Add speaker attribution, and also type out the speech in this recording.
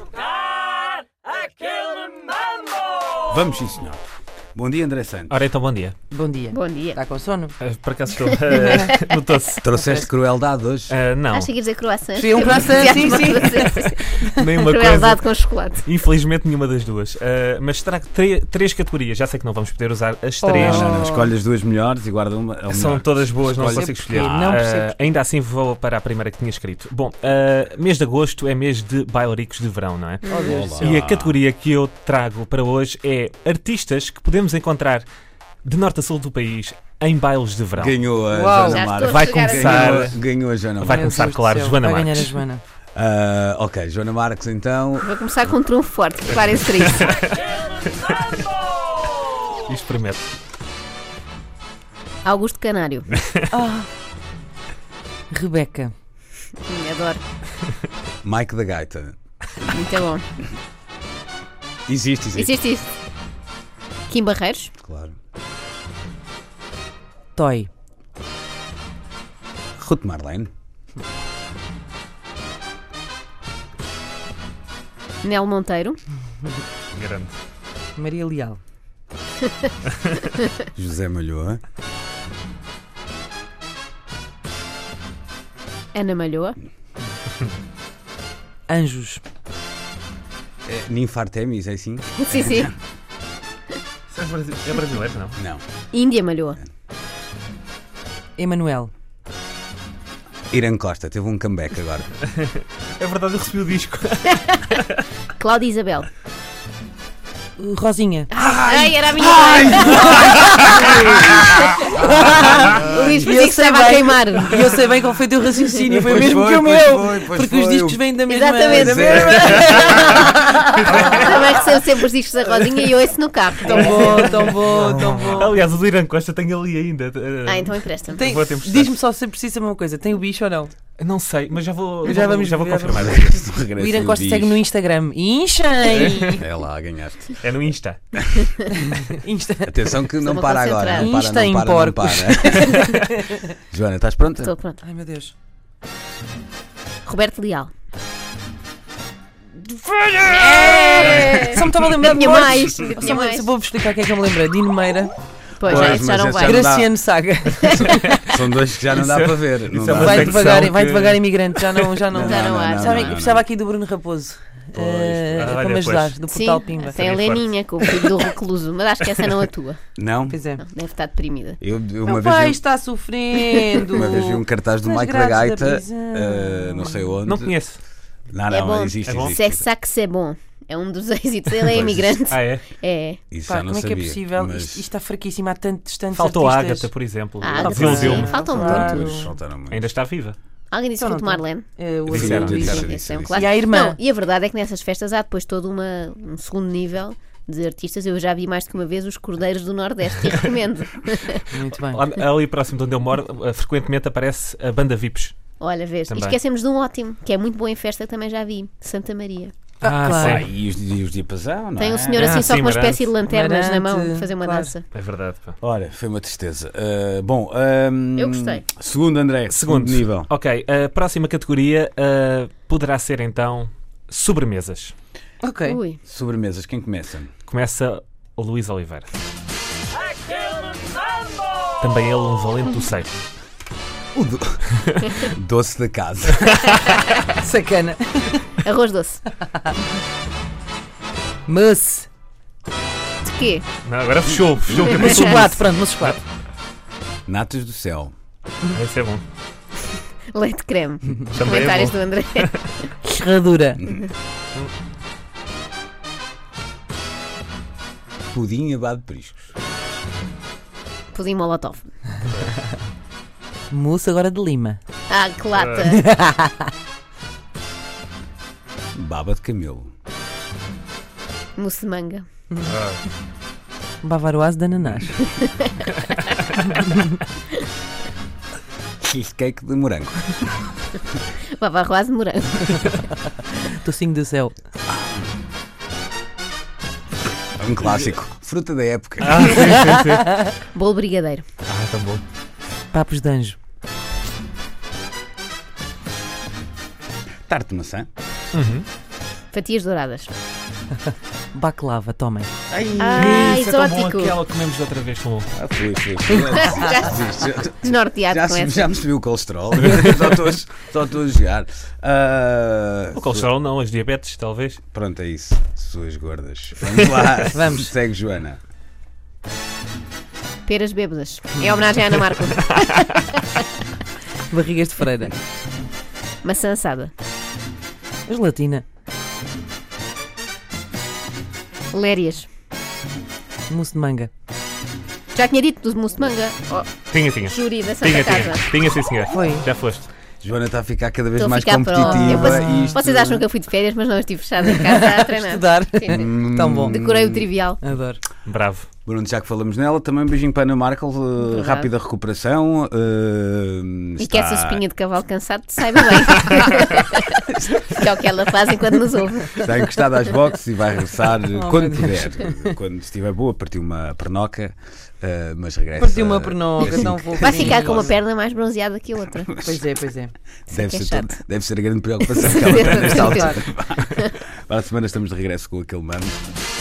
Speaker 1: chutar aquele mambo!
Speaker 2: Vamos sim, senhor. Bom dia, André Santos.
Speaker 3: Ora então, bom dia.
Speaker 4: Bom dia.
Speaker 5: Bom dia.
Speaker 4: Está com sono?
Speaker 3: Eh, Por acaso estou. eh, Notou-se.
Speaker 2: Trouxeste crueldade hoje.
Speaker 3: Eh, não,
Speaker 5: Acho que ia dizer croissant.
Speaker 4: Sim, um croissant, sim, sim.
Speaker 3: nenhuma coisa.
Speaker 5: Crueldade com chocolate.
Speaker 3: Infelizmente, nenhuma das duas. Eh, mas trago tre- três categorias. Já sei que não vamos poder usar as três.
Speaker 2: Não, não, escolhe as duas melhores e guarda uma. a
Speaker 3: É. Oh. São
Speaker 2: melhor.
Speaker 3: todas boas, não
Speaker 2: Escolhe.
Speaker 3: consigo escolher.
Speaker 4: porquê, não
Speaker 3: Ah,
Speaker 4: percebo porquê.
Speaker 3: ainda assim, vou para a primeira que tinha escrito. Bom, ah, mês de agosto é mês de bailaricos de verão, não é?
Speaker 4: Oh, Deus do
Speaker 2: Olá.
Speaker 4: céu.
Speaker 3: E a categoria que eu trago para hoje é artistas que podemos encontrar de norte a sul do país em bailes de verão.
Speaker 2: Ganhou a
Speaker 4: Uau.
Speaker 2: Joana
Speaker 5: Já
Speaker 2: Marques.
Speaker 5: estou a chegar a
Speaker 3: começar.
Speaker 2: Ganhou, ganhou a Joana
Speaker 3: Vai
Speaker 2: Marques.
Speaker 3: começar,
Speaker 4: Meu Deus do
Speaker 3: claro,
Speaker 4: céu,
Speaker 3: Joana
Speaker 4: Vai ganhar a
Speaker 3: Marques.
Speaker 4: Joana.
Speaker 2: Ah, ok, Joana Marques então.
Speaker 5: Vou começar com um trunfo forte, preparem-se para isso.
Speaker 3: Isto prometo.
Speaker 5: Augusto Canário.
Speaker 4: Rebeca.
Speaker 5: Hum, adoro.
Speaker 2: Mike da Gaita.
Speaker 5: Muito bom.
Speaker 2: Existe, existe.
Speaker 5: Existe isto. Kim Barreiros.
Speaker 2: Claro.
Speaker 4: Toy.
Speaker 2: Ruth Marlene.
Speaker 5: Nel Monteiro.
Speaker 3: Grande.
Speaker 4: Maria Leal.
Speaker 2: José Malhoa.
Speaker 5: Ana Malhoa.
Speaker 4: Anjos.
Speaker 2: É, Ninfartemis, é assim?
Speaker 5: Sim, sim.
Speaker 3: É brasileiro, não?
Speaker 2: Não.
Speaker 5: Índia Malhoa.
Speaker 4: Emanuel.
Speaker 2: Irã Costa, teve um comeback agora.
Speaker 3: É verdade, eu recebi o disco.
Speaker 5: Cláudia Isabel.
Speaker 4: Uh, Rosinha.
Speaker 5: Ai, era a minha vez. O Luís
Speaker 4: Eu
Speaker 5: Francisco
Speaker 4: sei
Speaker 5: estava a
Speaker 4: bem.
Speaker 5: queimar.
Speaker 4: E eu sei bem qual foi o teu raciocínio, foi o
Speaker 2: Pois
Speaker 4: mesmo
Speaker 2: foi,
Speaker 4: que o
Speaker 2: pois
Speaker 4: meu.
Speaker 2: foi, pois
Speaker 4: porque os
Speaker 2: foi,
Speaker 4: discos
Speaker 2: o-
Speaker 4: vêm da mesma.
Speaker 5: Exatamente.
Speaker 4: Da mesma.
Speaker 5: Também recebo sempre os discos da Rosinha e ouço no carro.
Speaker 4: Tão bom, tão bom, tão bom.
Speaker 3: Aliás, o do Irã Costa tem ali ainda. eh,
Speaker 5: Ah, então empresta-me.
Speaker 4: Tem-
Speaker 3: Vou até mostrar.
Speaker 4: Diz-me só se precisa uma coisa: tem o bicho ou não?
Speaker 5: é-
Speaker 3: Não sei, mas já vou,
Speaker 4: Já vamos
Speaker 3: já vou
Speaker 4: ver.
Speaker 3: confirmar.
Speaker 4: O Irã Costa segue no Instagram. Inchem!
Speaker 2: É lá, ganhaste.
Speaker 3: É no Insta.
Speaker 4: Insta.
Speaker 2: Atenção que não
Speaker 5: Estou-me a
Speaker 2: para agora. Não para,
Speaker 4: concentrar.
Speaker 2: não para, não para.
Speaker 3: é
Speaker 4: Insta
Speaker 2: Joana, estás pronta?
Speaker 5: Estou pronto.
Speaker 4: Ai meu Deus.
Speaker 5: Roberto Leal. É!
Speaker 4: Só me estava a lembrar de
Speaker 5: Tinha
Speaker 4: mortos.
Speaker 5: mais,
Speaker 4: Só me-
Speaker 5: tinha mais.
Speaker 4: só Vou-vos explicar quem é que eu me lembrei. Dino Meira,
Speaker 3: É
Speaker 5: Pois,
Speaker 2: Pois,
Speaker 5: já, isso já
Speaker 2: mas
Speaker 5: não
Speaker 2: esse
Speaker 5: vai.
Speaker 2: é-
Speaker 3: um
Speaker 4: Graciano Saga.
Speaker 2: São dois que já não dá
Speaker 3: Isso é-
Speaker 2: para ver. Não
Speaker 3: isso é
Speaker 2: dá.
Speaker 3: uma
Speaker 4: Vai
Speaker 3: secção
Speaker 4: devagar, vai
Speaker 3: que- tá
Speaker 4: devagar, imigrante. Já não, já não.
Speaker 5: Não, não, não,
Speaker 4: Sabem,
Speaker 2: não, Ah, não.
Speaker 4: precisava aqui do Bruno Raposo. eh,
Speaker 3: olha,
Speaker 4: para me
Speaker 3: pois.
Speaker 4: ajudar, do
Speaker 5: Sim,
Speaker 4: Portal Pimba.
Speaker 5: tem a
Speaker 3: Seria forte.
Speaker 5: Leninha com o filho do recluso, mas acho que essa não atua.
Speaker 2: Não?
Speaker 4: Pois é.
Speaker 5: Não, deve estar deprimida.
Speaker 2: Eu, eu
Speaker 4: Meu
Speaker 2: uma, vez
Speaker 4: pai
Speaker 2: vi, um
Speaker 4: está sofrendo.
Speaker 2: uma vez vi um cartaz do
Speaker 4: Nas
Speaker 2: Mike da
Speaker 4: grades da
Speaker 2: Gaita,
Speaker 4: prisão.
Speaker 2: eh, não sei onde.
Speaker 3: Não conheço.
Speaker 2: Não,
Speaker 5: é
Speaker 2: não,
Speaker 5: bom.
Speaker 2: existe,
Speaker 3: É bom.
Speaker 2: existe.
Speaker 5: Se é ça que c'est bon. É um dos êxitos. Ele é imigrante.
Speaker 3: Ah, é?
Speaker 5: É.
Speaker 2: Isso
Speaker 4: Pá,
Speaker 2: já não
Speaker 4: como é que é
Speaker 2: sabia,
Speaker 4: possível?
Speaker 2: mas
Speaker 4: Isto, isto está fraquíssimo. Há tantos, tantos
Speaker 3: Faltou a
Speaker 4: artistas.
Speaker 3: Ágata, por exemplo.
Speaker 5: Ah, Ágata,
Speaker 4: um
Speaker 3: Desiludiu-me.
Speaker 5: sim. Faltam
Speaker 4: Claro.
Speaker 2: faltaram muitos, faltaram muitos.
Speaker 3: Ainda está viva.
Speaker 5: Alguém disse
Speaker 4: Então não
Speaker 5: Ruth
Speaker 4: tem.
Speaker 5: Marlene?
Speaker 4: Eh, o
Speaker 3: Disseram,
Speaker 4: Arthur Luís.
Speaker 2: disseram.
Speaker 5: Sim, esse é um
Speaker 2: sim,
Speaker 5: clássico.
Speaker 4: sim. E a irmã?
Speaker 5: Não, e a verdade é que nessas festas há depois todo uma, um segundo nível de artistas. Eu já vi mais de uma vez os Cordeiros do Nordeste e recomendo.
Speaker 4: Muito bem.
Speaker 3: Lá- Ali próximo de onde eu moro, eh, frequentemente aparece a banda VIPs.
Speaker 5: Olha, vês. E
Speaker 3: Também.
Speaker 5: esquecemos de um ótimo, que é muito bom em festa, também já vi. Santa Maria.
Speaker 4: Ah, claro.
Speaker 2: Ah, e os, e os de pasão, não
Speaker 5: Tem
Speaker 2: é?
Speaker 5: um senhor
Speaker 3: Ah,
Speaker 5: assim só
Speaker 3: sim,
Speaker 5: com uma
Speaker 3: Marante.
Speaker 5: espécie de lanternas na
Speaker 4: Marante,
Speaker 5: mão a fazer uma
Speaker 4: claro.
Speaker 5: dança.
Speaker 3: É verdade. Pá.
Speaker 2: Olha, foi uma tristeza. Ah, bom, ahm,
Speaker 5: Eu gostei.
Speaker 2: Segundo, André. Segundo,
Speaker 3: Segundo.
Speaker 2: nível.
Speaker 3: Ok, a próxima categoria ah, poderá ser então sobremesas.
Speaker 4: Ok.
Speaker 5: Ui.
Speaker 2: Sobremesas, quem começa?
Speaker 3: Começa o Luís Oliveira. Também ele um valente do seio.
Speaker 2: O do- doce da casa.
Speaker 4: Sacana.
Speaker 5: Arroz doce.
Speaker 4: Mousse.
Speaker 5: De quê?
Speaker 3: Não, agora fechou, fechou.
Speaker 4: Mousse de chocolate, pronto, mousse de chocolate.
Speaker 2: Natas do céu.
Speaker 3: Esse é bom.
Speaker 5: Leite creme.
Speaker 3: Também é
Speaker 5: Comentários
Speaker 3: bom.
Speaker 5: do André.
Speaker 4: Serradura.
Speaker 2: Pudim abado de periscos.
Speaker 5: Pudim molotov.
Speaker 4: Mousse agora de Lima.
Speaker 5: Ah, que lata.
Speaker 2: Baba de camelo.
Speaker 5: Mousse de manga.
Speaker 4: Bavaroise de ananás.
Speaker 2: Cheesecake de morango.
Speaker 5: Baba arroz de morango.
Speaker 4: Tocinho do céu.
Speaker 2: Um clássico. Fruta da época.
Speaker 5: Bolo brigadeiro.
Speaker 3: Ah, tão bom.
Speaker 4: Papos de anjo.
Speaker 2: Tarte de maçã.
Speaker 5: Fatias douradas.
Speaker 4: Baclava, tomem.
Speaker 2: Ai,
Speaker 5: Ah,
Speaker 3: Isso é tão bom
Speaker 5: exótico.
Speaker 3: aquela que comemos da outra vez, tão bom.
Speaker 2: ah, fui, fui. Já,
Speaker 5: Desnorteado
Speaker 2: já,
Speaker 5: com
Speaker 2: já,
Speaker 5: essa.
Speaker 2: já me subiu o colesterol. só, estou, a- só estou a jogar. Ah,
Speaker 3: O colesterol não, as diabetes, talvez.
Speaker 2: Pronto, é isso. Suas gordas. Vamos lá.
Speaker 4: Vamos.
Speaker 2: Segue, Joana.
Speaker 5: Peras bêbadas. É homenagem à Ana Marco.
Speaker 4: Barrigas de freira.
Speaker 5: Maçã assada.
Speaker 4: Gelatina.
Speaker 5: Lérias.
Speaker 4: Mousse de manga.
Speaker 5: Já tinha dito do mousse de manga. Oh,
Speaker 3: Tinha, tinha.
Speaker 5: júri da Santa
Speaker 3: Tinha,
Speaker 5: Casa.
Speaker 3: tinha. Tinha, sim, senhora.
Speaker 4: Foi.
Speaker 3: Já foste.
Speaker 2: Joana está a ficar cada vez
Speaker 5: Estou a
Speaker 2: mais
Speaker 5: ficar pro. Eu
Speaker 2: competitiva.
Speaker 5: posso-
Speaker 2: Isto-
Speaker 5: Vocês acham que eu fui de férias, mas não eu estive fechada em casa a treinar.
Speaker 4: Estudar.
Speaker 5: Sim, sim.
Speaker 2: Hum,
Speaker 4: Tão bom.
Speaker 5: Decorei o trivial.
Speaker 4: Adoro.
Speaker 3: Bravo.
Speaker 2: Bruno, já que falamos nela, também um beijinho para a Ana Markel, eh,
Speaker 5: Verdade.
Speaker 2: rápida recuperação. eh,
Speaker 5: E que essa espinha de cavalo cansado te saiba bem. que é o que ela faz enquanto nos ouve.
Speaker 2: Está encostada às boxes e vai regressar eh,
Speaker 4: Oh,
Speaker 2: quando
Speaker 4: meu
Speaker 2: puder. Quando estiver boa, partiu uma pernoca, eh, mas regressa.
Speaker 4: Partiu uma pernoca, então tão fofinho.
Speaker 5: Vai ficar com uma perna mais bronzeada que a outra.
Speaker 4: Pois é, pois é.
Speaker 2: Deve
Speaker 5: que é
Speaker 2: ser,
Speaker 5: chato.
Speaker 2: todo- deve ser a grande preocupação que ela tem nesta altura. Para a semana estamos de regresso com aquele mano.